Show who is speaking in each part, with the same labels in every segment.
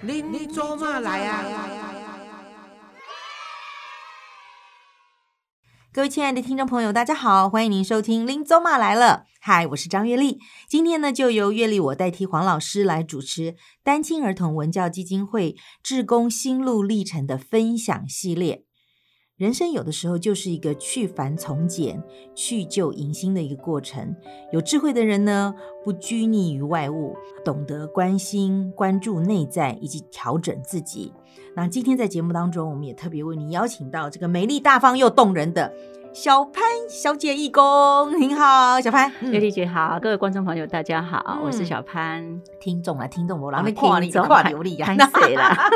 Speaker 1: 您您做嘛来啊？
Speaker 2: 各位亲爱的听众朋友，大家好，欢迎您收听《林走马来了》。嗨，我是张月丽，今天呢就由月丽我代替黄老师来主持单亲儿童文教基金会志工心路历程的分享系列。人生有的时候就是一个去繁从简、去旧迎新的一个过程。有智慧的人呢，不拘泥于外物，懂得关心、关注内在以及调整自己。那今天在节目当中，我们也特别为您邀请到这个美丽大方又动人的小潘小姐义工。您好，小潘。
Speaker 3: 月丽姐好，各位观众朋友大家好，我
Speaker 2: 嗯
Speaker 3: 是小潘。
Speaker 2: 听众啊，听众我
Speaker 3: 我
Speaker 2: 老
Speaker 3: 们
Speaker 2: 跨
Speaker 3: 听
Speaker 2: 你
Speaker 3: 众
Speaker 2: 跨
Speaker 3: 还
Speaker 2: 流利 啊，
Speaker 3: 还谁 啦？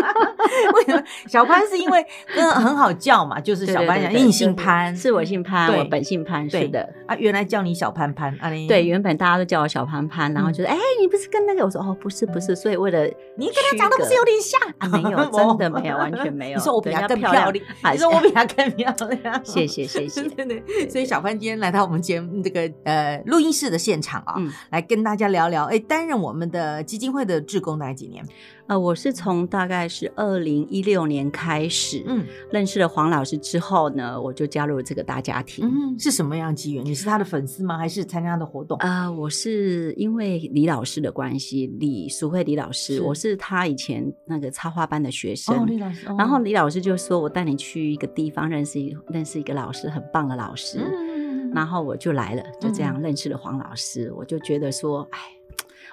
Speaker 2: 为什么小潘是因为嗯很好叫 嘛，就是
Speaker 3: 对
Speaker 2: 小
Speaker 3: 对
Speaker 2: 潘
Speaker 3: 对
Speaker 2: 讲，
Speaker 3: 对
Speaker 2: 因为你
Speaker 3: 就
Speaker 2: 姓潘
Speaker 3: 是我姓潘，
Speaker 2: 对
Speaker 3: 我本姓潘，
Speaker 2: 对
Speaker 3: 是的。
Speaker 2: 啊，原来叫你小潘潘啊你
Speaker 3: 对，原本大家都叫我小潘
Speaker 2: 嗯
Speaker 3: 潘，然后就说：“哎、你不是跟那个？”我说：“哦，不是，不是。”所以为了
Speaker 2: 你跟他长得不是有点像
Speaker 3: 啊没有真的没有完 全没有
Speaker 2: 你说我比他
Speaker 3: 人家
Speaker 2: 更
Speaker 3: 漂
Speaker 2: 漂
Speaker 3: 亮
Speaker 2: 亮，
Speaker 3: 啊
Speaker 2: 你说我比他更漂亮，
Speaker 3: 谢谢谢谢
Speaker 2: 对对对，所以小潘今天来到我们节目这个呃录音室的现场啊、
Speaker 3: 嗯
Speaker 2: 来跟大家聊聊。哎，担任我们的基金会的志工大概几年？
Speaker 3: 呃，我是从大概是二零一六年开始、
Speaker 2: 嗯
Speaker 3: 认识了黄老师之后呢，我就加入了这个大家庭。
Speaker 2: 嗯，是什么样的机缘？你是他的粉丝吗？还是参加他的活动？
Speaker 3: 啊、我是因为李老师的关系，李淑慧李老师，
Speaker 2: 是
Speaker 3: 我是他以前那个插画班的学生。
Speaker 2: 老师，哦
Speaker 3: 然后李老师就说：“我带你去一个地方认识一认识一个老师，很棒的老师。
Speaker 2: 嗯
Speaker 3: 然后我就来了，就这样认识了黄老师。我就觉得说，哎，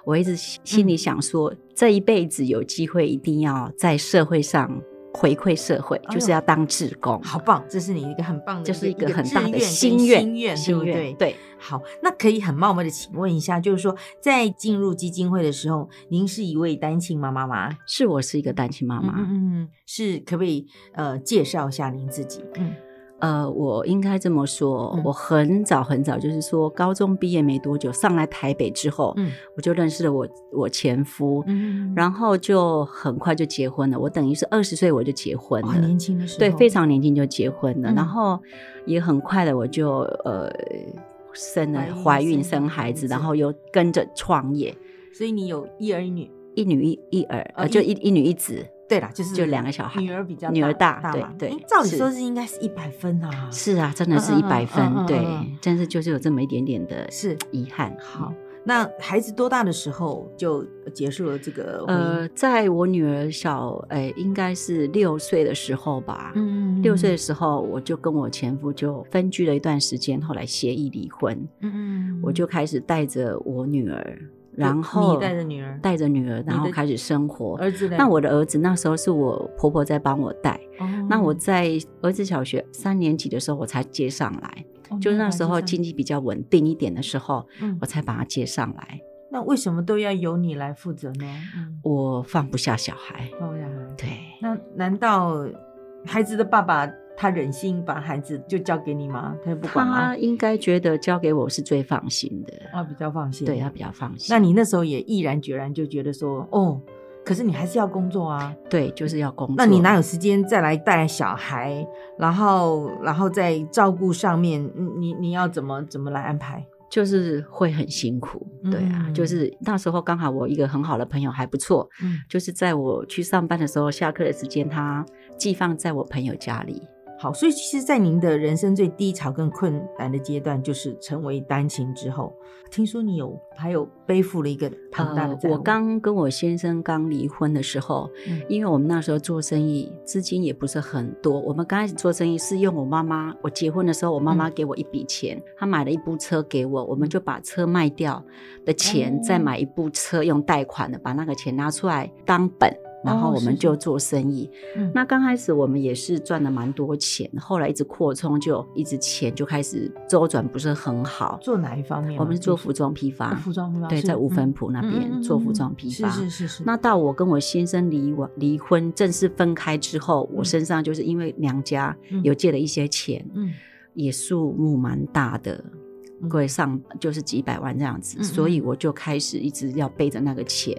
Speaker 3: 我一直心心
Speaker 2: 嗯
Speaker 3: 里想说，这一辈子有机会一定要在社会上回馈社会，
Speaker 2: 哎呦
Speaker 3: 就是要当志工。
Speaker 2: 好棒，这是你一个很棒的，
Speaker 3: 就是一
Speaker 2: 个
Speaker 3: 个很
Speaker 2: 志
Speaker 3: 大
Speaker 2: 愿
Speaker 3: 的
Speaker 2: 跟
Speaker 3: 心
Speaker 2: 愿，
Speaker 3: 愿，
Speaker 2: 心对
Speaker 3: 心
Speaker 2: 不对？
Speaker 3: 愿，对。
Speaker 2: 好，那可以很冒昧的请问一下，就是说在进入基金会的时候，您是一位单亲妈妈吗？
Speaker 3: 是我是一个单亲妈
Speaker 2: 嗯
Speaker 3: 妈，
Speaker 2: 嗯嗯，是可不可以呃介绍一下您自己？嗯
Speaker 3: 呃，我应该这么说，
Speaker 2: 嗯
Speaker 3: 我很早很早，就是说高中毕业没多久，上来台北之后，
Speaker 2: 嗯
Speaker 3: 我就认识了我我前夫，
Speaker 2: 嗯
Speaker 3: 然后就很快就结婚了。我等于是二十岁我就结婚
Speaker 2: 后
Speaker 3: 了，
Speaker 2: 很年轻的时候，
Speaker 3: 对，非常年轻就结婚了，
Speaker 2: 嗯
Speaker 3: 然后也很快的我就呃生了
Speaker 2: 怀孕
Speaker 3: 怀孕
Speaker 2: 生
Speaker 3: 生
Speaker 2: 孩
Speaker 3: 孩子，
Speaker 2: 子
Speaker 3: 然后又跟着创业，
Speaker 2: 所以你有一儿一女。
Speaker 3: 一女一一儿，
Speaker 2: 哦
Speaker 3: 呃，就
Speaker 2: 一
Speaker 3: 一一女一子，
Speaker 2: 对啦，就是
Speaker 3: 就两个小孩
Speaker 2: 女儿比较
Speaker 3: 女儿
Speaker 2: 大
Speaker 3: 大
Speaker 2: 大
Speaker 3: 对
Speaker 2: 嘛
Speaker 3: 对
Speaker 2: 诶照理
Speaker 3: 是
Speaker 2: 说是应该是一百分啊，
Speaker 3: 是啊，真的是
Speaker 2: 嗯嗯
Speaker 3: 一百分，
Speaker 2: 嗯嗯
Speaker 3: 对
Speaker 2: 嗯嗯，
Speaker 3: 但是就是有这么一点点的
Speaker 2: 是
Speaker 3: 遗憾。
Speaker 2: 好。那孩子多大的时候就结束了这个婚姻？
Speaker 3: 呃，在我女儿小，哎，应该是六岁的时候吧。
Speaker 2: 嗯
Speaker 3: 六岁的，时候，我就跟我前夫就分居了一段时间，后来协议离婚，
Speaker 2: 嗯嗯
Speaker 3: 我就开始带着我女儿，然后
Speaker 2: 你带着女儿
Speaker 3: 带着女儿，然后
Speaker 2: 的
Speaker 3: 开始生活。
Speaker 2: 儿子嘞，
Speaker 3: 那我的儿子那时候是我婆婆在帮我带，
Speaker 2: 哦，
Speaker 3: 那我在儿子小学三年级的时候我才接上来，
Speaker 2: 哦
Speaker 3: 就是
Speaker 2: 把
Speaker 3: 那
Speaker 2: 他
Speaker 3: 时
Speaker 2: 接
Speaker 3: 候
Speaker 2: 上
Speaker 3: 经济比较稳定一点的时候，
Speaker 2: 嗯
Speaker 3: 我才把他接上来。
Speaker 2: 那为什么都要由你来负责呢？嗯，
Speaker 3: 我放不下小孩，
Speaker 2: 当然。
Speaker 3: 对，
Speaker 2: 那难道孩子的爸爸他忍心把孩子就交给你吗？他就不管吗
Speaker 3: 他？应该觉得交给我是最放心的，
Speaker 2: 他比较放心。
Speaker 3: 对他比较放心。
Speaker 2: 那你那时候也毅然决然就觉得说，哦，可是你还是要工作啊。
Speaker 3: 对就是要工作，
Speaker 2: 那你哪有时间再来带小孩，然后然后在照顾上面，嗯你你要怎么怎么来安排？
Speaker 3: 就是会很辛苦，对啊，
Speaker 2: 嗯
Speaker 3: 就是那时候刚好我一个很好的朋友还不错，
Speaker 2: 嗯，
Speaker 3: 就是在我去上班的时候，下课的时间他寄放在我朋友家里。
Speaker 2: 好，所以其实，在您的人生最低潮跟困难的阶段，就是成为单亲之后，听说你有还有背负了一个庞大的
Speaker 3: 呃
Speaker 2: 债务、
Speaker 3: 我刚跟我先生刚离婚的时候，
Speaker 2: 嗯
Speaker 3: 因为我们那时候做生意，资金也不是很多。我们刚开始做生意是用我妈妈，我结婚的时候，我妈妈给我一笔钱，她买了一部车给我，我们就把车卖掉的钱、
Speaker 2: 哦
Speaker 3: 再买一部车，用贷款的把那个钱拿出来当本。然后
Speaker 2: 哦
Speaker 3: 我
Speaker 2: 是
Speaker 3: 们
Speaker 2: 是
Speaker 3: 就做生意，
Speaker 2: 嗯
Speaker 3: 那刚开始我们也是赚了蛮多钱，后来一直扩充，就一直钱就开始周转不是很好。
Speaker 2: 做哪一方面啊？
Speaker 3: 我们是做
Speaker 2: 就
Speaker 3: 服装批发，
Speaker 2: 啊服装批发，
Speaker 3: 对，
Speaker 2: 是
Speaker 3: 在五分
Speaker 2: 嗯
Speaker 3: 埔那
Speaker 2: 嗯嗯
Speaker 3: 边
Speaker 2: 嗯
Speaker 3: 做服
Speaker 2: 嗯
Speaker 3: 装批发。
Speaker 2: 是是是是。嗯
Speaker 3: 那到我跟我先生离完离婚，正式分开之后，我身上就是因为娘家
Speaker 2: 嗯
Speaker 3: 有借了一些钱，
Speaker 2: 嗯
Speaker 3: 也数目蛮大的
Speaker 2: 嗯，
Speaker 3: 各位上就是几百万这样子，
Speaker 2: 嗯嗯
Speaker 3: 所以我就开始一直要背着那个钱。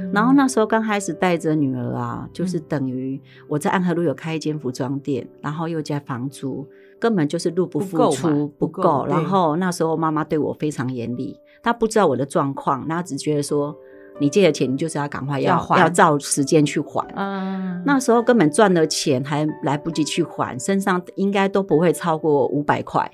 Speaker 2: 嗯
Speaker 3: 然后？那时候刚开始带着女儿啊，就是等于我在安和路有开一间服装店，然后又加房租，根本就是入不
Speaker 2: 不
Speaker 3: 敷
Speaker 2: 够
Speaker 3: 出
Speaker 2: 嘛，不
Speaker 3: 不
Speaker 2: 够
Speaker 3: 够。
Speaker 2: 对
Speaker 3: 然后那时候妈妈对我非常严厉，她不知道我的状况，那她只觉得说你借的钱，你就是要赶快要
Speaker 2: 要还
Speaker 3: 要照时间去还。
Speaker 2: 嗯，
Speaker 3: 那时候根本赚了钱还来不及去还，身上应该都不会超过五百块。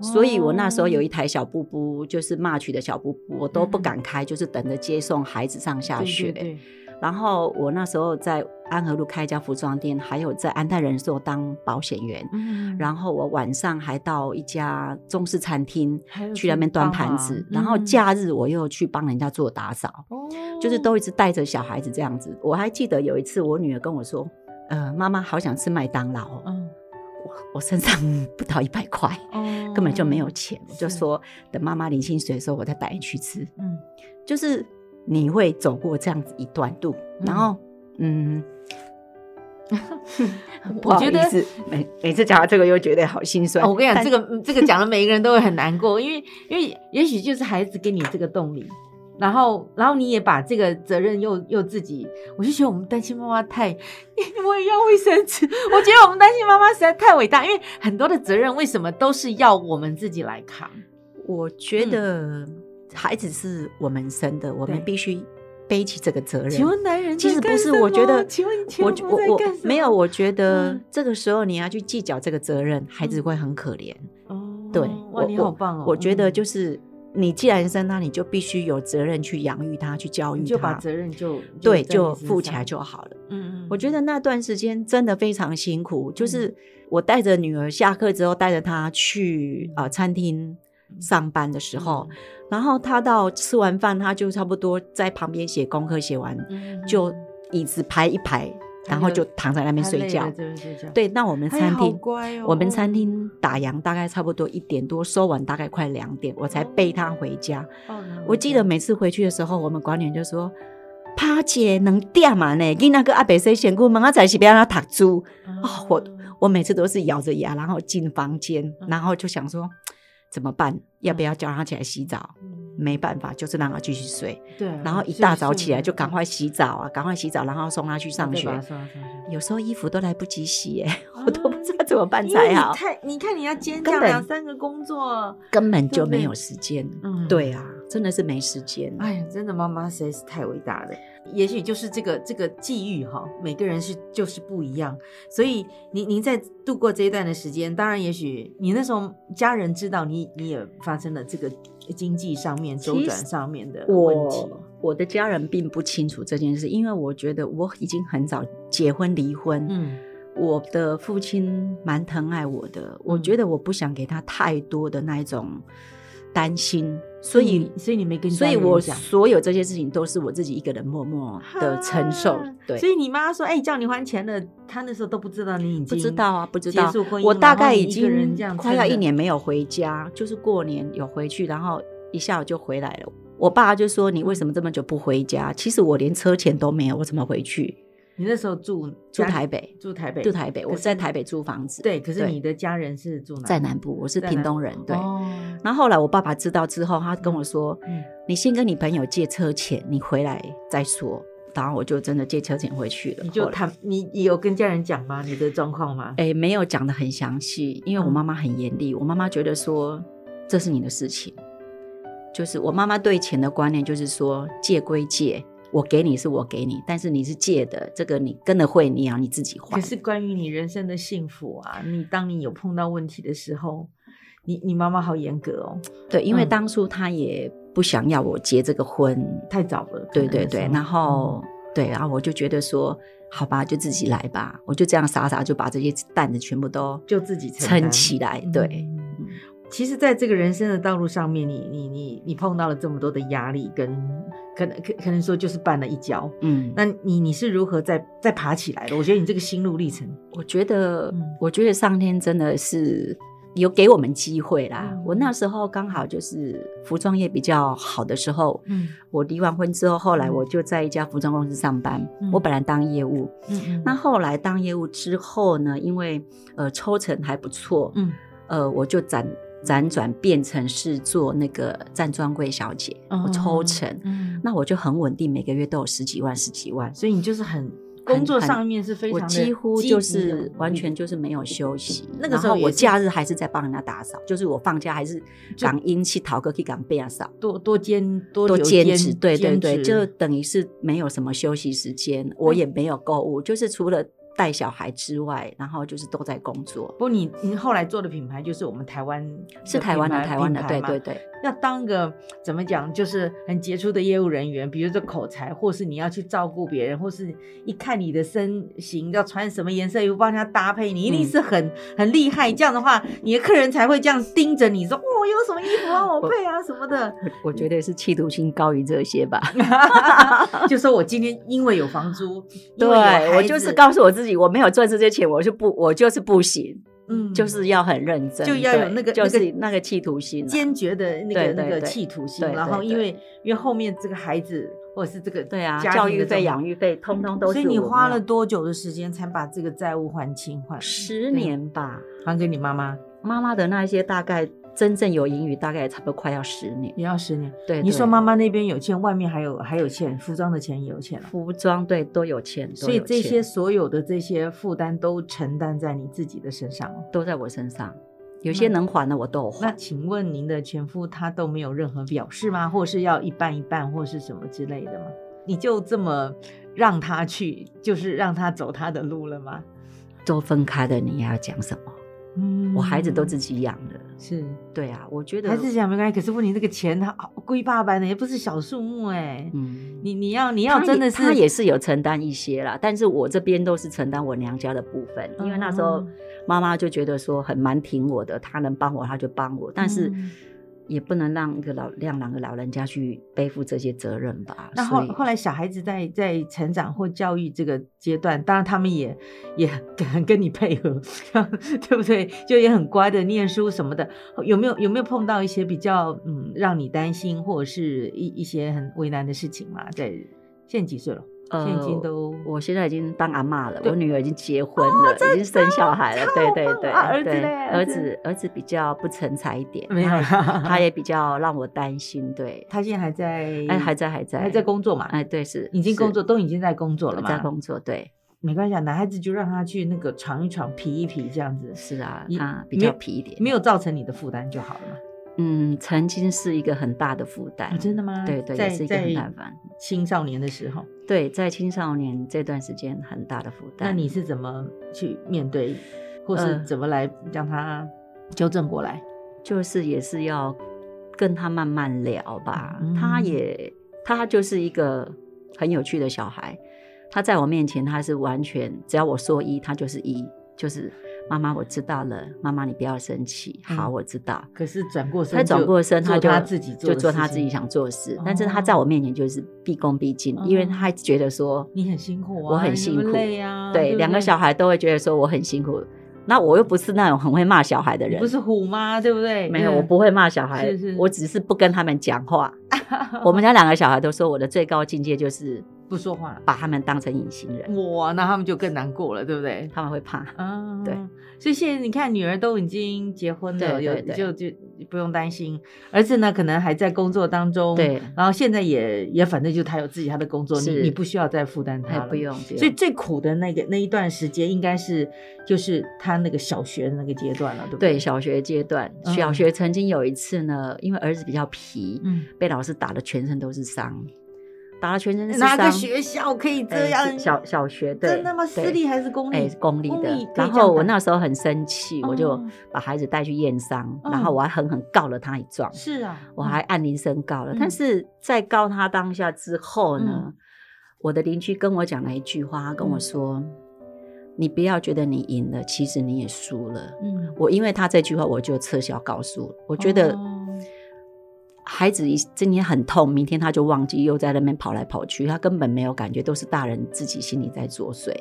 Speaker 3: 所以我那时
Speaker 2: 哦
Speaker 3: 候有一台小布布，就是骂取的小布布，我都不敢开，就是等着接送孩子上
Speaker 2: 嗯
Speaker 3: 下
Speaker 2: 对
Speaker 3: 学。
Speaker 2: 对对
Speaker 3: 然后我那时候在安和路开一家服装店，还有在安泰人寿当保险员。
Speaker 2: 嗯，
Speaker 3: 然后我晚上还到一家中式餐厅
Speaker 2: 还有
Speaker 3: 去那边
Speaker 2: 去帮
Speaker 3: 端盘子，
Speaker 2: 忙
Speaker 3: 然后
Speaker 2: 嗯
Speaker 3: 假日我又去帮人家做打扫。
Speaker 2: 哦
Speaker 3: 就是都一直带着小孩子这样子。我还记得有一次，我女儿跟我说：“呃，妈妈好想吃麦当劳哦、
Speaker 2: 嗯
Speaker 3: 我我身上不到一百块，
Speaker 2: 哦
Speaker 3: 根本就没有钱。”我就是说：“等妈妈领薪水的时候，我再带你去吃。
Speaker 2: 嗯”
Speaker 3: 就是你会走过这样子一段路，然后嗯。不
Speaker 2: 我
Speaker 3: 好
Speaker 2: 觉
Speaker 3: 意
Speaker 2: 得
Speaker 3: 思每每次讲到这个又觉得好心酸。
Speaker 2: 哦我跟你讲，
Speaker 3: 但
Speaker 2: 这个嗯这个讲了，每一个人都会很难过，因为因为也许就是孩子给你这个动力，然后然后你也把这个责任又又自己，我就觉得我们单亲妈妈太，我也要卫生纸，我觉得我们单亲妈妈实在太伟大，因为很多的责任为什么都是要我们自己来扛？
Speaker 3: 我觉得孩子是我们生的，我
Speaker 2: 嗯对
Speaker 3: 们必须背起这个责任。
Speaker 2: 请问男人在
Speaker 3: 其实不
Speaker 2: 干
Speaker 3: 是，
Speaker 2: 什
Speaker 3: 我觉
Speaker 2: 么
Speaker 3: 得，
Speaker 2: 请问你前
Speaker 3: 我
Speaker 2: 夫
Speaker 3: 我
Speaker 2: 在
Speaker 3: 我
Speaker 2: 干什
Speaker 3: 没有，
Speaker 2: 么
Speaker 3: 我觉得
Speaker 2: 嗯
Speaker 3: 这个时候你要去计较这个责任，孩子
Speaker 2: 嗯
Speaker 3: 会很可怜。
Speaker 2: 哦
Speaker 3: 对，
Speaker 2: 哇，
Speaker 3: 我
Speaker 2: 你好棒哦！
Speaker 3: 我觉得
Speaker 2: 嗯
Speaker 3: 就是你既然生他，你就必须有责任去养育他，去教育
Speaker 2: 你
Speaker 3: 他，
Speaker 2: 就把责任就
Speaker 3: 对
Speaker 2: 在你
Speaker 3: 就
Speaker 2: 身
Speaker 3: 负起
Speaker 2: 上
Speaker 3: 来就好了。
Speaker 2: 嗯嗯，
Speaker 3: 我觉
Speaker 2: 得
Speaker 3: 得那段时间真的非常辛苦，
Speaker 2: 嗯
Speaker 3: 就是我带着女儿下课之后，带着她去啊、呃餐厅
Speaker 2: 嗯
Speaker 3: 上班的时候，然后她到吃完饭，她就差不多在旁边写功课，写完
Speaker 2: 嗯
Speaker 3: 就椅子排一排，
Speaker 2: 她
Speaker 3: 然后
Speaker 2: 就
Speaker 3: 就躺在那边睡觉。
Speaker 2: 对，
Speaker 3: 对，那我们
Speaker 2: 哎
Speaker 3: 餐
Speaker 2: 好
Speaker 3: 厅，
Speaker 2: 乖哦
Speaker 3: 我们餐厅打烊大概差不多一点多，收完大概快两点，我才背她回家。
Speaker 2: 哦那
Speaker 3: 我记得每次回去的时候，我们管理员就说：“趴姐能点嘛呢？囡仔个阿伯说先顾问，我仔是不要让他读书。啊我我每次都是咬着牙，然后进房间，
Speaker 2: 嗯
Speaker 3: 然后就想说怎么办？要不要叫他起来洗澡？
Speaker 2: 嗯
Speaker 3: 没办法，就是让他继续睡。
Speaker 2: 对，啊
Speaker 3: 然后一大早起来就赶快洗澡啊，赶快洗澡，然后送他去上学。有时候衣服都来不及洗耶、我都不知道怎么办才好，
Speaker 2: 太，你看你要兼
Speaker 3: 根
Speaker 2: 降
Speaker 3: 本
Speaker 2: 两三个工作，
Speaker 3: 根本就
Speaker 2: 对不对
Speaker 3: 没有时间。
Speaker 2: 嗯
Speaker 3: 对啊，真的是没时间。
Speaker 2: 哎呀，真的妈妈实在是太伟大了。也许就是这个这个际遇哈，每个人是就是不一样，所以您您在度过这一段的时间，当然也许你那时候家人知道你你也发生了这个经济上面周转上面的问题，
Speaker 3: 我我的家人并不清楚这件事，因为我觉得我已经很早结婚离婚。
Speaker 2: 嗯
Speaker 3: 我的父亲蛮疼爱我的，我觉得我不想给他太多的那一种担心，所以
Speaker 2: 嗯所以你没跟
Speaker 3: 所
Speaker 2: 家
Speaker 3: 以
Speaker 2: 人
Speaker 3: 我
Speaker 2: 讲
Speaker 3: 所有这些事情都是我自己一个人默默的承受
Speaker 2: 哈。
Speaker 3: 对，
Speaker 2: 所以你妈说，哎、叫你还钱了，她那时候都不知道你已经
Speaker 3: 不知道啊，不知道
Speaker 2: 结束婚。姻
Speaker 3: 我大概已
Speaker 2: 然后你一个人
Speaker 3: 经
Speaker 2: 这样
Speaker 3: 快要
Speaker 2: 撑着
Speaker 3: 一年没有回家，就是过年有回去，然后一下我就回来了。我爸就说：“你为
Speaker 2: 嗯
Speaker 3: 什么这么久不回家？”其实我连车钱都没有，我怎么回去？
Speaker 2: 你那时候住
Speaker 3: 住
Speaker 2: 家
Speaker 3: 台北，
Speaker 2: 住台北
Speaker 3: 住台北，
Speaker 2: 可
Speaker 3: 我
Speaker 2: 是
Speaker 3: 在台北租房子。
Speaker 2: 对，可是
Speaker 3: 对
Speaker 2: 你的家人是住哪？
Speaker 3: 在南部，我是
Speaker 2: 在
Speaker 3: 屏
Speaker 2: 南
Speaker 3: 东
Speaker 2: 部
Speaker 3: 人。对。
Speaker 2: 哦
Speaker 3: 然后后来我爸爸知道之后，他跟我说：“
Speaker 2: 嗯
Speaker 3: 你先跟你朋友借车钱，你回来再说。”然后我就真的借车钱回去了。
Speaker 2: 你就
Speaker 3: 后来
Speaker 2: 谈，你你有跟家人讲吗？你的状况吗？
Speaker 3: 哎，没有讲的很详细，因为我
Speaker 2: 嗯
Speaker 3: 妈妈很严厉，我妈妈觉得说这是你的事情，就是我妈妈对钱的观念就是说借归借，我给你是我给你，但是你是借的，这个你跟了会，你要你自己
Speaker 2: 可。
Speaker 3: 还
Speaker 2: 是关于你人生的幸福啊，你当你有碰到问题的时候，你你妈妈好严格哦，
Speaker 3: 对，因为
Speaker 2: 嗯
Speaker 3: 当初她也不想要我结这个婚，
Speaker 2: 太早了。可
Speaker 3: 对
Speaker 2: 能那时候
Speaker 3: 对对，
Speaker 2: 嗯
Speaker 3: 然后、对，然后我就觉得说，好吧，就自己来吧，我就这样傻傻就把这些担子全部都
Speaker 2: 就自己承
Speaker 3: 撑
Speaker 2: 担
Speaker 3: 起来，
Speaker 2: 嗯
Speaker 3: 对。
Speaker 2: 嗯其实，在这个人生的道路上面，你你你你碰到了这么多的压力，跟可能可可能说就是绊了一跤。
Speaker 3: 嗯，
Speaker 2: 那你你是如何再再爬起来的？我觉得你这个心路历程，
Speaker 3: 我觉得，
Speaker 2: 嗯
Speaker 3: 我觉得上天真的是有给我们机会啦。
Speaker 2: 嗯
Speaker 3: 我那时候刚好就是服装业比较好的时候，
Speaker 2: 嗯
Speaker 3: 我离完婚之后，后来
Speaker 2: 嗯
Speaker 3: 我就在一家服装公司上班。
Speaker 2: 嗯
Speaker 3: 我本来当业务，
Speaker 2: 嗯嗯
Speaker 3: 那后来当业务之后呢，因为呃抽成还不错，
Speaker 2: 嗯
Speaker 3: 呃，我就辗辗转变成是做那个站专柜小姐，我抽成，
Speaker 2: 嗯，
Speaker 3: 那我就很稳定，每个月都有十几万、十几万。
Speaker 2: 所以你就是很工作
Speaker 3: 很
Speaker 2: 上面是非
Speaker 3: 我
Speaker 2: 常的
Speaker 3: 几乎就
Speaker 2: 积极的
Speaker 3: 是完全就是没有休息，
Speaker 2: 那个时候
Speaker 3: 然后我
Speaker 2: 也是
Speaker 3: 假日还是在帮人家打扫，就是我放假还是
Speaker 2: 就
Speaker 3: 港英去逃课去港被人扫，
Speaker 2: 多多兼多
Speaker 3: 多
Speaker 2: 留
Speaker 3: 兼职，对对
Speaker 2: 兼
Speaker 3: 对，
Speaker 2: 职
Speaker 3: 就等于是没有什么休息时间，我也没有购物，就是除了带小孩之外，然后就是都在工作，
Speaker 2: 不，你你后来做的品牌就是我们台湾
Speaker 3: 是台湾的，啊
Speaker 2: 品牌
Speaker 3: 台湾的，
Speaker 2: 品牌
Speaker 3: 对
Speaker 2: 嘛
Speaker 3: 对对。
Speaker 2: 要当个怎么讲，就是很杰出的业务人员，比如说口才，或是你要去照顾别人，或是一看你的身形要穿什么颜色衣服，帮他搭配，你一定
Speaker 3: 嗯
Speaker 2: 是很、很厉害。这样的话，你的客人才会这样盯着你说，哦，有什么衣服让我
Speaker 3: 我
Speaker 2: 配啊什么的。
Speaker 3: 我我觉得是企图心高于这些吧。
Speaker 2: 就说我今天因为有房租， 因
Speaker 3: 对
Speaker 2: 为有孩
Speaker 3: 我就是
Speaker 2: 子
Speaker 3: 告诉我自己，我没有赚这些钱，我就不，我就是不行，
Speaker 2: 嗯
Speaker 3: 就是要很认真，
Speaker 2: 就要有
Speaker 3: 对
Speaker 2: 那个
Speaker 3: 就
Speaker 2: 那个
Speaker 3: 是那个企图心啊、
Speaker 2: 坚决的那个
Speaker 3: 对对
Speaker 2: 那个
Speaker 3: 对
Speaker 2: 企图心，
Speaker 3: 对对
Speaker 2: 然后因
Speaker 3: 对
Speaker 2: 为因为后面这个孩子或者是这个
Speaker 3: 对啊，
Speaker 2: 家
Speaker 3: 教
Speaker 2: 庭的
Speaker 3: 育费、
Speaker 2: 状
Speaker 3: 养育费，通通都是
Speaker 2: 所以你
Speaker 3: 我
Speaker 2: 花
Speaker 3: 没
Speaker 2: 了
Speaker 3: 有
Speaker 2: 多久的时间才把这个债务还清还
Speaker 3: 十年吧。
Speaker 2: 还给你妈妈？
Speaker 3: 妈妈的那一些大概真正有盈余，大概差不多快要十年。
Speaker 2: 也要十年。
Speaker 3: 对，
Speaker 2: 你
Speaker 3: 对
Speaker 2: 说妈妈那边有欠，外面还有还有欠，服装的钱也有欠了。
Speaker 3: 服装对都有钱，都
Speaker 2: 所以
Speaker 3: 有
Speaker 2: 这
Speaker 3: 钱
Speaker 2: 些所有的这些负担都承担在你自己的身上哦。
Speaker 3: 都在我身上，有些
Speaker 2: 那
Speaker 3: 能还的我都有
Speaker 2: 那
Speaker 3: 还。
Speaker 2: 请问您的前夫他都没有任何表示吗？或是要一半一半，或是什么之类的吗？你就这么让他去，就是让他走他的路了吗？
Speaker 3: 都分开的，你还要讲什么？
Speaker 2: 嗯
Speaker 3: 我孩子都自己养的，
Speaker 2: 是
Speaker 3: 对啊，我觉得
Speaker 2: 孩子讲没关系，可是问题这个钱他归爸爸呢，也不是小数目哎、
Speaker 3: 嗯
Speaker 2: 你你要你
Speaker 3: 他
Speaker 2: 要真的
Speaker 3: 也
Speaker 2: 是
Speaker 3: 他也是有承担一些啦，但是我这边都是承担我娘家的部分，因为那时候
Speaker 2: 嗯
Speaker 3: 妈妈就觉得说很蛮挺我的，她能帮我她就帮我，但是
Speaker 2: 嗯
Speaker 3: 也不能让一个老让两个老人家去背负这些责任吧。
Speaker 2: 那
Speaker 3: 所
Speaker 2: 后
Speaker 3: 以
Speaker 2: 后来小孩子在在成长或教育这个阶段，当然他们也也很 跟你配合， 对不对？就也很乖的念书什么的。有没有有没有碰到一些比较嗯让你担心或者是一一些很为难的事情嘛？在现在几岁了？现在已经都
Speaker 3: 呃我现在已经当阿妈了，
Speaker 2: 对哦
Speaker 3: 我女儿已经结婚了，已经生小孩 了，对对对，
Speaker 2: 啊儿子
Speaker 3: 对
Speaker 2: 嘞儿
Speaker 3: 儿
Speaker 2: 子
Speaker 3: 子儿子比较不成才一点，
Speaker 2: 没有
Speaker 3: 他
Speaker 2: 了
Speaker 3: 也，他也比较让我担心，对，
Speaker 2: 他现在还在
Speaker 3: 哎还在还在
Speaker 2: 还在工作嘛？
Speaker 3: 哎对是
Speaker 2: 已经工作
Speaker 3: 是
Speaker 2: 都已经在工作了嘛？
Speaker 3: 在工作，对，
Speaker 2: 没关系，啊，男孩子就让他去那个闯一闯、皮一皮这样子，
Speaker 3: 是啊
Speaker 2: 你，
Speaker 3: 他比
Speaker 2: 没
Speaker 3: 较
Speaker 2: 有
Speaker 3: 皮一点，
Speaker 2: 没有造成你的负担就好了嘛。
Speaker 3: 嗯，曾经是一个很大的负担
Speaker 2: 啊，，真的吗？
Speaker 3: 对对，
Speaker 2: 在
Speaker 3: 也是一个
Speaker 2: 在
Speaker 3: 很大的负担。
Speaker 2: 青少年的时候，
Speaker 3: 对，在青少年这段时间很大的负
Speaker 2: 那
Speaker 3: 担。
Speaker 2: 你是怎么去面对，或是
Speaker 3: 呃
Speaker 2: 怎么来让他纠正过来？
Speaker 3: 就是也是要跟他慢慢聊吧。
Speaker 2: 嗯
Speaker 3: 他也他就是一个很有趣的小孩，他在我面前他是完全只要我说一，他就是一，就是妈妈我知道了，妈妈你不要生气，好
Speaker 2: 嗯
Speaker 3: 我知道。
Speaker 2: 可是转过身
Speaker 3: 他
Speaker 2: 就，
Speaker 3: 转过身，
Speaker 2: 做
Speaker 3: 就
Speaker 2: 他自己做，
Speaker 3: 就做他自己。想做的事
Speaker 2: 哦，
Speaker 3: 但是他在我面前就是毕恭毕敬，因为
Speaker 2: 嗯
Speaker 3: 他觉得说
Speaker 2: 你很辛苦啊，
Speaker 3: 我很
Speaker 2: 你
Speaker 3: 辛
Speaker 2: 那
Speaker 3: 苦
Speaker 2: 么累啊，
Speaker 3: 对，两个小
Speaker 2: 孩
Speaker 3: 孩都会觉得说我很辛苦。那我又不是那种很会骂小孩的人，
Speaker 2: 不是虎妈，对不对？
Speaker 3: 没有，
Speaker 2: 对
Speaker 3: 我不会骂小孩，
Speaker 2: 是是
Speaker 3: 我只是不跟他们 讲话。我们家两个小孩都说我的最高境界就是
Speaker 2: 不说话，
Speaker 3: 把他们当成隐形人，
Speaker 2: 哇，那他们就更难过了，对不对？
Speaker 3: 他们会怕。
Speaker 2: 啊，
Speaker 3: 对，
Speaker 2: 所以现在你看，女儿都已经结婚了，
Speaker 3: 对对对
Speaker 2: 有就就不用担心。儿子呢，可能还在工作当中，
Speaker 3: 对，
Speaker 2: 然后现在也也反正就他有自己他的工作，你
Speaker 3: 是
Speaker 2: 你不需要再负担他
Speaker 3: 哎，
Speaker 2: 了，
Speaker 3: 不。用不用。
Speaker 2: 所以最苦的那个那一段时间，应该是就是他那个小学的那个阶段了，对不
Speaker 3: 对
Speaker 2: 对，
Speaker 3: 小学阶段，
Speaker 2: 嗯
Speaker 3: 小学曾经有一次呢，因为儿子比较皮，
Speaker 2: 嗯，
Speaker 3: 被老师打的全身都是伤，打了全身是
Speaker 2: 哪
Speaker 3: 伤。
Speaker 2: 个学校哎可以这
Speaker 3: 哎
Speaker 2: 样？
Speaker 3: 是小小学对，
Speaker 2: 真的吗？
Speaker 3: 对
Speaker 2: 私立还是公
Speaker 3: 哎
Speaker 2: 立？，
Speaker 3: 公立
Speaker 2: 公立可以
Speaker 3: 的。
Speaker 2: 这
Speaker 3: 然
Speaker 2: 样
Speaker 3: 后我
Speaker 2: 打
Speaker 3: 那时候很生气，我就
Speaker 2: 哦
Speaker 3: 把孩子带去验伤，
Speaker 2: 嗯
Speaker 3: 然后我还狠狠告了他一状。
Speaker 2: 是啊，
Speaker 3: 我还按铃声告了。
Speaker 2: 嗯
Speaker 3: 但是在告他当下之后呢，我的邻居跟我讲了一句话，他跟
Speaker 2: 嗯
Speaker 3: 我说：“你不要觉得你赢了，其实你也输了。
Speaker 2: 嗯，
Speaker 3: 我因为他这句话，我就撤销告诉。我觉得
Speaker 2: 哦
Speaker 3: 孩子一今天很痛，明天他就忘记，又在那边跑来跑去，他根本没有感觉，都是大人自己心里在作祟。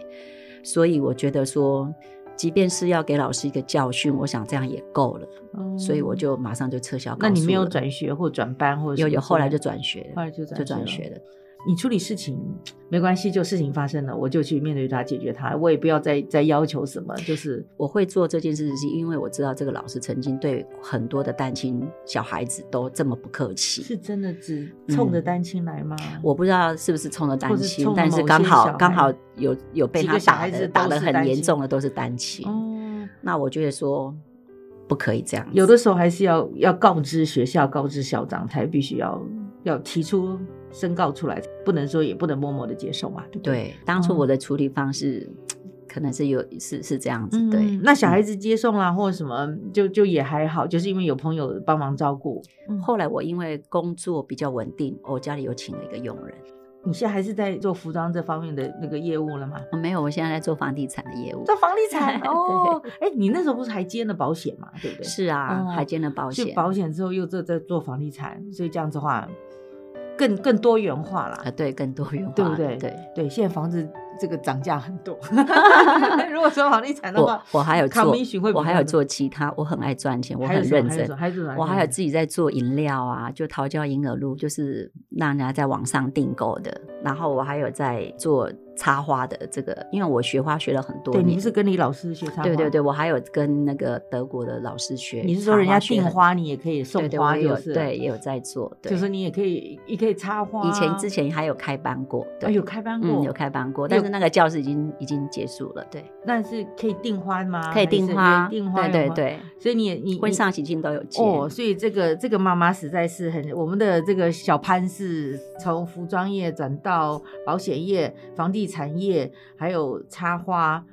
Speaker 3: 所以我觉得说，即便是要给老师一个教训，我想这样也够了。
Speaker 2: 嗯
Speaker 3: 所以我就马上就撤销告
Speaker 2: 那
Speaker 3: 诉。
Speaker 2: 你没有转学或转班或者
Speaker 3: 有
Speaker 2: 什么
Speaker 3: 有，
Speaker 2: 之
Speaker 3: 后来
Speaker 2: 类
Speaker 3: 就
Speaker 2: 的
Speaker 3: 转学了，
Speaker 2: 后来就转
Speaker 3: 就转
Speaker 2: 学
Speaker 3: 学
Speaker 2: 了
Speaker 3: 了。
Speaker 2: 你处理事情没关系，就事情发生了，我就去面对它，解决它，我也不要再再要求什么，就是
Speaker 3: 我会做这件事，是因为我知道这个老师曾经对很多的单亲小孩子都这么不客气。
Speaker 2: 是真的只冲着单亲来吗？
Speaker 3: 嗯我不知道是不是冲了单
Speaker 2: 或是
Speaker 3: 亲
Speaker 2: 冲，
Speaker 3: 但
Speaker 2: 某
Speaker 3: 是
Speaker 2: 些
Speaker 3: 刚
Speaker 2: 小
Speaker 3: 好
Speaker 2: 孩
Speaker 3: 刚好有有被
Speaker 2: 几
Speaker 3: 他
Speaker 2: 个小
Speaker 3: 打
Speaker 2: 孩子
Speaker 3: 的
Speaker 2: 都
Speaker 3: 打的
Speaker 2: 是
Speaker 3: 很
Speaker 2: 单
Speaker 3: 严
Speaker 2: 亲
Speaker 3: 重的都是单亲，
Speaker 2: 哦，
Speaker 3: 那我觉得说不可以这样子。
Speaker 2: 有的时候还是要要告知学校、告知校长，才必须要要提出申告出来，不能说也不能默默的接受嘛，对不对？
Speaker 3: 对，当初
Speaker 2: 嗯
Speaker 3: 我的处理方式、可能是有是是这样子，对。
Speaker 2: 嗯那小孩子接送啦、或者什么，就就也还好，就是因为有朋友帮忙照顾。
Speaker 3: 后来我因为工作比较稳定，我家里有请了一个佣人。
Speaker 2: 你现在还是在做服装这方面的那个业务了吗？
Speaker 3: 哦没有，我现在在做房地产的业务。
Speaker 2: 做房地 产哦，哎，你那时候不是还兼了保险嘛，对不对？
Speaker 3: 是啊，
Speaker 2: 哦
Speaker 3: 还兼了保
Speaker 2: 去
Speaker 3: 险。
Speaker 2: 保险之后又在在做房地产，所以这样子的话更更多元化啦
Speaker 3: 啊，。对，更多元化，
Speaker 2: 对不对
Speaker 3: 对，
Speaker 2: 对，现在房子这个涨价很 多。如果说房地产的
Speaker 3: 我
Speaker 2: 话，
Speaker 3: 我还有做
Speaker 2: commission 会，比
Speaker 3: 我还有
Speaker 2: 较
Speaker 3: 做其他，我很爱赚钱，我
Speaker 2: 还
Speaker 3: 很
Speaker 2: 有什
Speaker 3: 认
Speaker 2: 么还有
Speaker 3: 真
Speaker 2: 什么，还有什么？
Speaker 3: 我还有自己在做饮料啊，就桃胶银耳露，就是让人家在网上订购的。然后我还有在做插花的这个，因为我学花学了很多
Speaker 2: 对，你
Speaker 3: 年
Speaker 2: 不，是跟你老师学插花？
Speaker 3: 对对对，我还有跟那个德国的老师学插学很，
Speaker 2: 你是说人家订花你也可以送
Speaker 3: 对对，
Speaker 2: 花
Speaker 3: 我也
Speaker 2: 就
Speaker 3: 有
Speaker 2: 是了
Speaker 3: 对也有在做，对，
Speaker 2: 就是你也可以，也可以插花啊。
Speaker 3: 以前之前还有开班过，
Speaker 2: 哦
Speaker 3: 对，
Speaker 2: 有开班
Speaker 3: 嗯
Speaker 2: 过，
Speaker 3: 有开班过，
Speaker 2: 有
Speaker 3: 但是那个教室已经已经结束了，对，
Speaker 2: 那是可以订花吗？
Speaker 3: 可
Speaker 2: 还啊
Speaker 3: 以
Speaker 2: 是
Speaker 3: 订花，
Speaker 2: 订花，
Speaker 3: 对对。对，
Speaker 2: 所以你也你
Speaker 3: 婚
Speaker 2: 你
Speaker 3: 丧喜庆都有接，
Speaker 2: 哦，所以这个这个妈妈实在是很，我们的这个小潘是从服装业转到保险业、房地产业，还有插花，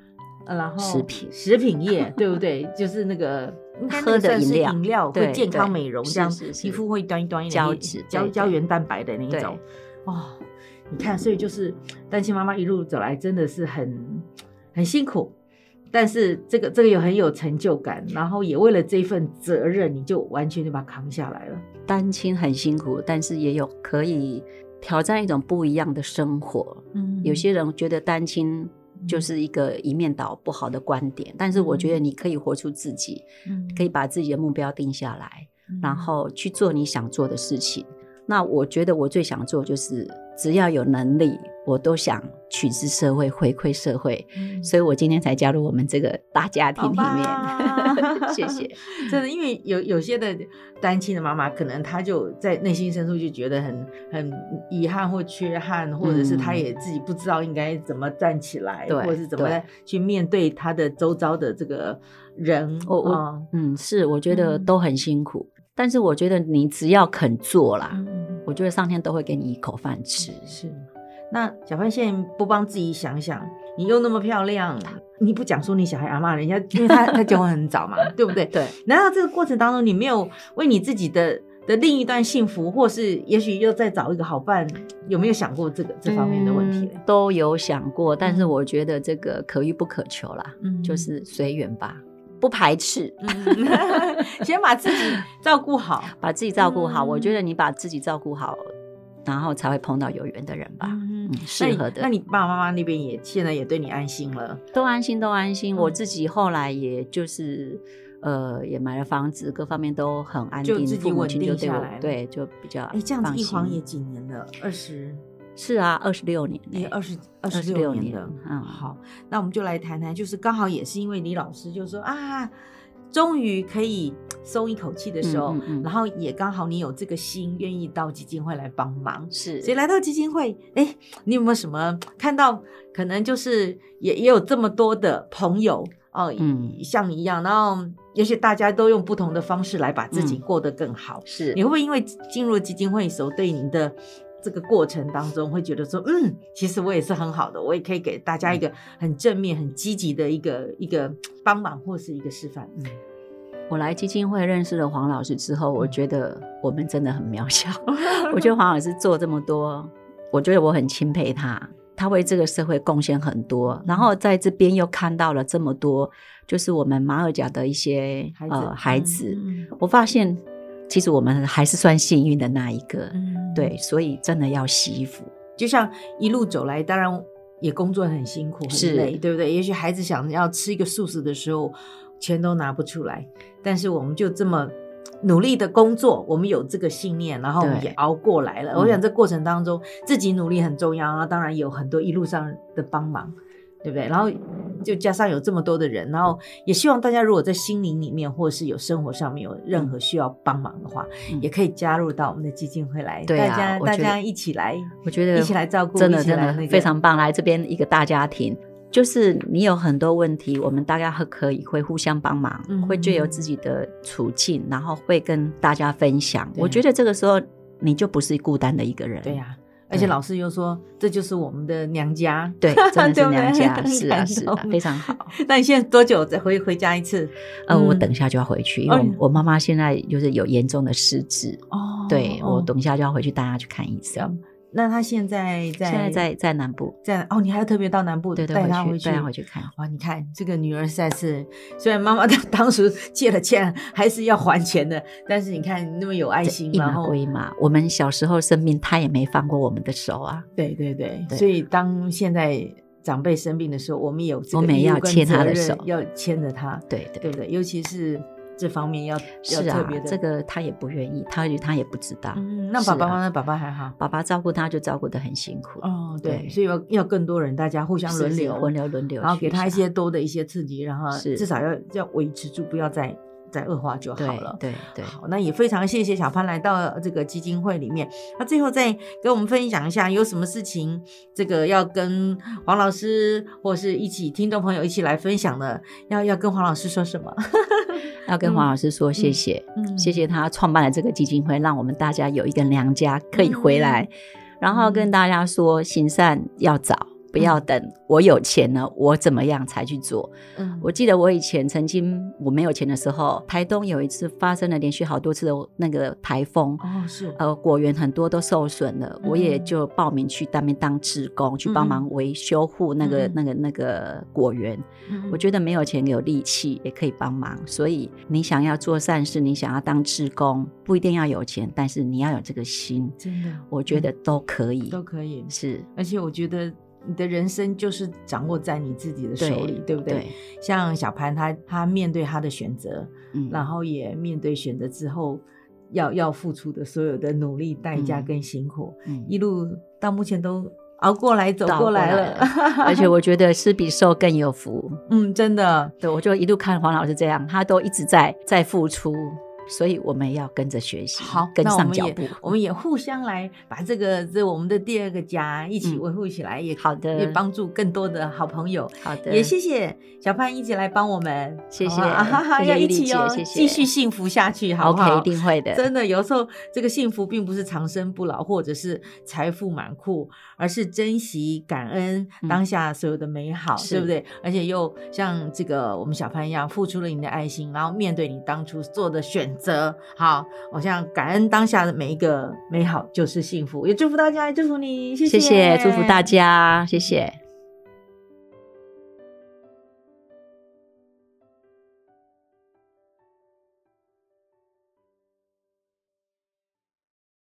Speaker 2: 呃然后
Speaker 3: 食品
Speaker 2: 食品 业，对不对？就是那个。应该那个
Speaker 3: 喝的
Speaker 2: 算是
Speaker 3: 饮料
Speaker 2: 饮料
Speaker 3: 对
Speaker 2: 会健康
Speaker 3: 对
Speaker 2: 美容，
Speaker 3: 是
Speaker 2: 这样
Speaker 3: 是是
Speaker 2: 皮肤会端一端一点
Speaker 3: 胶质
Speaker 2: 胶
Speaker 3: 对对
Speaker 2: 胶原蛋白的那一
Speaker 3: 对
Speaker 2: 种。哦，你看，所以就是单亲妈妈一路走来真的是很很辛苦，但是这个这个有很有成就感，然后也为了这份责任，你就完全就把它扛下来了。
Speaker 3: 单亲很辛苦，但是也有可以挑战一种不一样的生活。
Speaker 2: 嗯
Speaker 3: 有些人觉得单亲就是一个一面倒不好的观点，但是我觉得你可以活出自己，
Speaker 2: 嗯
Speaker 3: 可以把自己的目标定下来，然后去做你想做的事情。那我觉得我最想做就是，只要有能力，我都想取之社会，回馈社会。
Speaker 2: 嗯
Speaker 3: 所以我今天才加入我们这个大家庭里
Speaker 2: 好
Speaker 3: 面，
Speaker 2: 棒
Speaker 3: 谢谢。
Speaker 2: 真的，因为有有些的单亲的妈妈，可能她就在内心深处就觉得很很遗憾或缺憾，或者是她也自己不知道应该怎么站起来，
Speaker 3: 嗯对
Speaker 2: 或者是怎么
Speaker 3: 对
Speaker 2: 去面对她的周遭的这个人。
Speaker 3: 我我
Speaker 2: 嗯
Speaker 3: 嗯，是，我觉得
Speaker 2: 嗯
Speaker 3: 都很辛苦，但是我觉得你只要肯做啦，
Speaker 2: 嗯
Speaker 3: 我觉得上天都会给你一口饭吃。
Speaker 2: 是。那小范现在不帮自己想想，你又那么漂亮，你不讲说你小孩阿妈，人家因为她她结婚很早嘛，对不对？
Speaker 3: 对，
Speaker 2: 难道这个过程当中你没有为你自己的的另一段幸福，或是也许又再找一个好伴，有没有想过这个这方面的问题
Speaker 3: 嗯
Speaker 2: 呢？
Speaker 3: 都有想过，但是
Speaker 2: 嗯
Speaker 3: 我觉得这个可遇不可求啦，
Speaker 2: 嗯
Speaker 3: 就是随缘吧，不排斥，
Speaker 2: 嗯 先把自己照顾好
Speaker 3: 把自己照顾好。
Speaker 2: 嗯
Speaker 3: 我觉得你把自己照顾好，然后才会碰到有缘的人吧。
Speaker 2: 嗯
Speaker 3: 嗯，适合的
Speaker 2: 那你那你爸爸妈妈那边也现在也对你安心了，
Speaker 3: 都安心，都安心。
Speaker 2: 嗯
Speaker 3: 我自己后来也就是。呃，也买了房子，各方面都很安
Speaker 2: 就
Speaker 3: 定，
Speaker 2: 自己
Speaker 3: 父母
Speaker 2: 稳
Speaker 3: 亲
Speaker 2: 定
Speaker 3: 就对
Speaker 2: 下
Speaker 3: 我
Speaker 2: 来了
Speaker 3: 对就比较
Speaker 2: 哎，这样子
Speaker 3: 放
Speaker 2: 一晃
Speaker 3: 心
Speaker 2: 也几年了，二十。
Speaker 3: 是啊，二十六年呢、
Speaker 2: 也二十哎二十
Speaker 3: 26
Speaker 2: 六
Speaker 3: 年
Speaker 2: 年了。
Speaker 3: 嗯
Speaker 2: 好，那我们就来谈谈，就是刚好也是因为李老师就说啊，终于可以松一口气的时候，
Speaker 3: 嗯嗯嗯
Speaker 2: 然后也刚好你有这个心，愿意到基金会来帮忙。
Speaker 3: 是
Speaker 2: 所以来到基金会，哎，你有没有什么看到？可能就是也也有这么多的朋友哦，
Speaker 3: 嗯
Speaker 2: 像你一样，然后也许大家都用不同的方式来把自己
Speaker 3: 嗯
Speaker 2: 过得更好。
Speaker 3: 是
Speaker 2: 你会不会因为进入基金会的时候，对你的这个过程当中，会觉得说，嗯，其实我也是很好的，我也可以给大
Speaker 3: 嗯
Speaker 2: 家一个很正面、很积极的一个一个帮忙或是一个示范。嗯，
Speaker 3: 我来基金会认识了黄老师之后，我觉得我们真的很 渺小。我觉得黄老师做这么多，我觉得我很钦佩他，他为这个社会贡献很多。
Speaker 2: 嗯
Speaker 3: 然后在这边又看到了这么多，就是我们马尔甲的一些
Speaker 2: 孩子，
Speaker 3: 呃孩子，
Speaker 2: 嗯，
Speaker 3: 我发现其实我们还是算幸运的那一个。
Speaker 2: 嗯，
Speaker 3: 对，所以真的要惜福。
Speaker 2: 就像一路走来，当然也工作很辛苦、
Speaker 3: 是
Speaker 2: 很累，对不对？也许孩子想要吃一个素食的时候，钱都拿不出来，但是我们就这么努力的工作，我们有这个信念，然后我们
Speaker 3: 对嗯
Speaker 2: 也熬过来了。我想这过程当中，自己努力很重要啊，当然有很多一路上的帮忙，对不对？然后就加上有这么多的人，然后也希望大家如果在心灵里面或是有生活上面有任何需要帮忙的话，
Speaker 3: 嗯
Speaker 2: 也可以加入到我们的基金会来，
Speaker 3: 对啊
Speaker 2: 大家
Speaker 3: 我觉
Speaker 2: 大
Speaker 3: 得
Speaker 2: 家一起来，
Speaker 3: 我觉得
Speaker 2: 一起来照顾
Speaker 3: 真的
Speaker 2: 一起
Speaker 3: 真
Speaker 2: 来
Speaker 3: 的
Speaker 2: 那个
Speaker 3: 非常棒。来这边一个大家庭，就是你有很多问题，我们大家会可以会互相帮忙，
Speaker 2: 嗯
Speaker 3: 会借由自己的处境，然后会跟大家分享。
Speaker 2: 对啊
Speaker 3: 我觉得这个时候你就不是孤单的一个人。
Speaker 2: 对呀、而且
Speaker 3: 对
Speaker 2: 老师又说，这就是我们的娘家。
Speaker 3: 对，真的
Speaker 2: 对
Speaker 3: 是
Speaker 2: 不对
Speaker 3: 娘家，
Speaker 2: 很
Speaker 3: 是啊，
Speaker 2: 感
Speaker 3: 是啊，
Speaker 2: 动
Speaker 3: 非常好。
Speaker 2: 那你现在多久再回回家一次？
Speaker 3: 呃，我
Speaker 2: 嗯
Speaker 3: 等一下就要回去，因为
Speaker 2: 哎
Speaker 3: 我
Speaker 2: 呦
Speaker 3: 我妈妈现在就是有严重的失智，
Speaker 2: 哦嗯
Speaker 3: 对我
Speaker 2: 懂。
Speaker 3: 等一下就要回去带她去看医生。
Speaker 2: 那他现在在
Speaker 3: 现在在在南部，
Speaker 2: 在哦，你还要特别到南部
Speaker 3: 对对，
Speaker 2: 带他
Speaker 3: 回
Speaker 2: 回
Speaker 3: 去带她回去看。
Speaker 2: 哇，你看这个女儿实在是，虽然妈妈 当当时借了钱，还是要还钱的，但是你看那么有爱
Speaker 3: 这
Speaker 2: 心，
Speaker 3: 一
Speaker 2: 然
Speaker 3: 码
Speaker 2: 后
Speaker 3: 归一码。我们小时候生病，他也没放过我们的手啊。
Speaker 2: 对对对，
Speaker 3: 对
Speaker 2: 所以当现在长辈生病的时候，我们有这个
Speaker 3: 我们也
Speaker 2: 义务
Speaker 3: 要
Speaker 2: 跟
Speaker 3: 牵他
Speaker 2: 责
Speaker 3: 的
Speaker 2: 任
Speaker 3: 手
Speaker 2: 要牵着他，
Speaker 3: 对
Speaker 2: 对
Speaker 3: 对，
Speaker 2: 不对？尤其是这方面要要
Speaker 3: 是
Speaker 2: 特
Speaker 3: 啊
Speaker 2: 别，的
Speaker 3: 这个他也不愿意，他他也不知道。
Speaker 2: 嗯，那
Speaker 3: 是
Speaker 2: 爸爸
Speaker 3: 啊
Speaker 2: 妈妈、爸爸还好。
Speaker 3: 爸爸照顾他就照顾得很辛苦，
Speaker 2: 哦，对，
Speaker 3: 对
Speaker 2: 所以要要更多人，大家互相
Speaker 3: 是
Speaker 2: 轮
Speaker 3: 是
Speaker 2: 流，
Speaker 3: 轮流轮流去，
Speaker 2: 然后给他一
Speaker 3: 是啊
Speaker 2: 些多的一些刺激，然后
Speaker 3: 是
Speaker 2: 至少要要维持住，不要再再恶化就
Speaker 3: 吧
Speaker 2: 好了。
Speaker 3: 对对对，
Speaker 2: 好，那也非常谢谢小潘来到这个基金会里面。那最后再给我们分享一下，有什么事情这个要跟黄老师或是一起听众朋友一起来分享的，要要跟黄老师说什么？
Speaker 3: 要跟黄老师说谢谢，
Speaker 2: 嗯
Speaker 3: 谢谢他创办了这个基金会，让我们大家有一个娘家可以回
Speaker 2: 嗯
Speaker 3: 来，然后跟大家说行善要早。不要等我有钱了，我怎么样才去做？
Speaker 2: 嗯
Speaker 3: 我记得我以前曾经我没有钱的时候，台东有一次发生了连续好多次的那个台风，
Speaker 2: 哦是
Speaker 3: 呃，果园很多都受损了，我也
Speaker 2: 嗯
Speaker 3: 就报名去那边当志工，去帮忙维修护那
Speaker 2: 嗯
Speaker 3: 个、
Speaker 2: 嗯
Speaker 3: 那个那个果园。
Speaker 2: 嗯
Speaker 3: 我觉得没有钱有力气也可以帮忙，所以你想要做善事，你想要当志工，不一定要有钱，但是你要有这个心，
Speaker 2: 真的
Speaker 3: 我觉得都可以，
Speaker 2: 嗯都可以，
Speaker 3: 是
Speaker 2: 而且我觉得你的人生就是掌握在你自己的手里，对不对？
Speaker 3: 对，
Speaker 2: 像小潘他他面对他的选择，
Speaker 3: 嗯
Speaker 2: 然后也面对选择之后要要付出的所有的努力、代价
Speaker 3: 嗯
Speaker 2: 跟辛苦，
Speaker 3: 嗯
Speaker 2: 一路到目前都熬过来、走
Speaker 3: 倒
Speaker 2: 过来了。
Speaker 3: 而且我觉得施比受更有福。
Speaker 2: 嗯，真的，
Speaker 3: 对，我就一路看黄老师这样，他都一直在在付出，所以我们也要跟着学习，
Speaker 2: 好，
Speaker 3: 跟
Speaker 2: 那我
Speaker 3: 上
Speaker 2: 们
Speaker 3: 脚
Speaker 2: 也
Speaker 3: 步。
Speaker 2: 我们也互相来把这个这我们的第二个家一起
Speaker 3: 嗯
Speaker 2: 维护起来，也
Speaker 3: 好的
Speaker 2: 也帮助更多的好朋友。
Speaker 3: 好的，
Speaker 2: 也谢谢小潘一起来帮我们，
Speaker 3: 谢
Speaker 2: 好不好啊 哈哈
Speaker 3: 谢谢
Speaker 2: 要
Speaker 3: 玉
Speaker 2: 一
Speaker 3: 丽
Speaker 2: 起
Speaker 3: 姐
Speaker 2: 哦，
Speaker 3: 谢谢
Speaker 2: 继续幸福下去，好不
Speaker 3: o
Speaker 2: 好
Speaker 3: k 一定会的，
Speaker 2: 真的，有时候这个幸福并不是长生不老，或者是财富满库，而是珍惜、感恩
Speaker 3: 嗯
Speaker 2: 当下所有的美好，
Speaker 3: 是
Speaker 2: 对不对？而且又像这个我们小潘一样，付出了你的爱心，然后面对你当初做的选择，好，我想感恩当下的每一个美好就是幸福，也祝福大家，也祝福你，谢
Speaker 3: 谢谢，祝福大家，谢谢。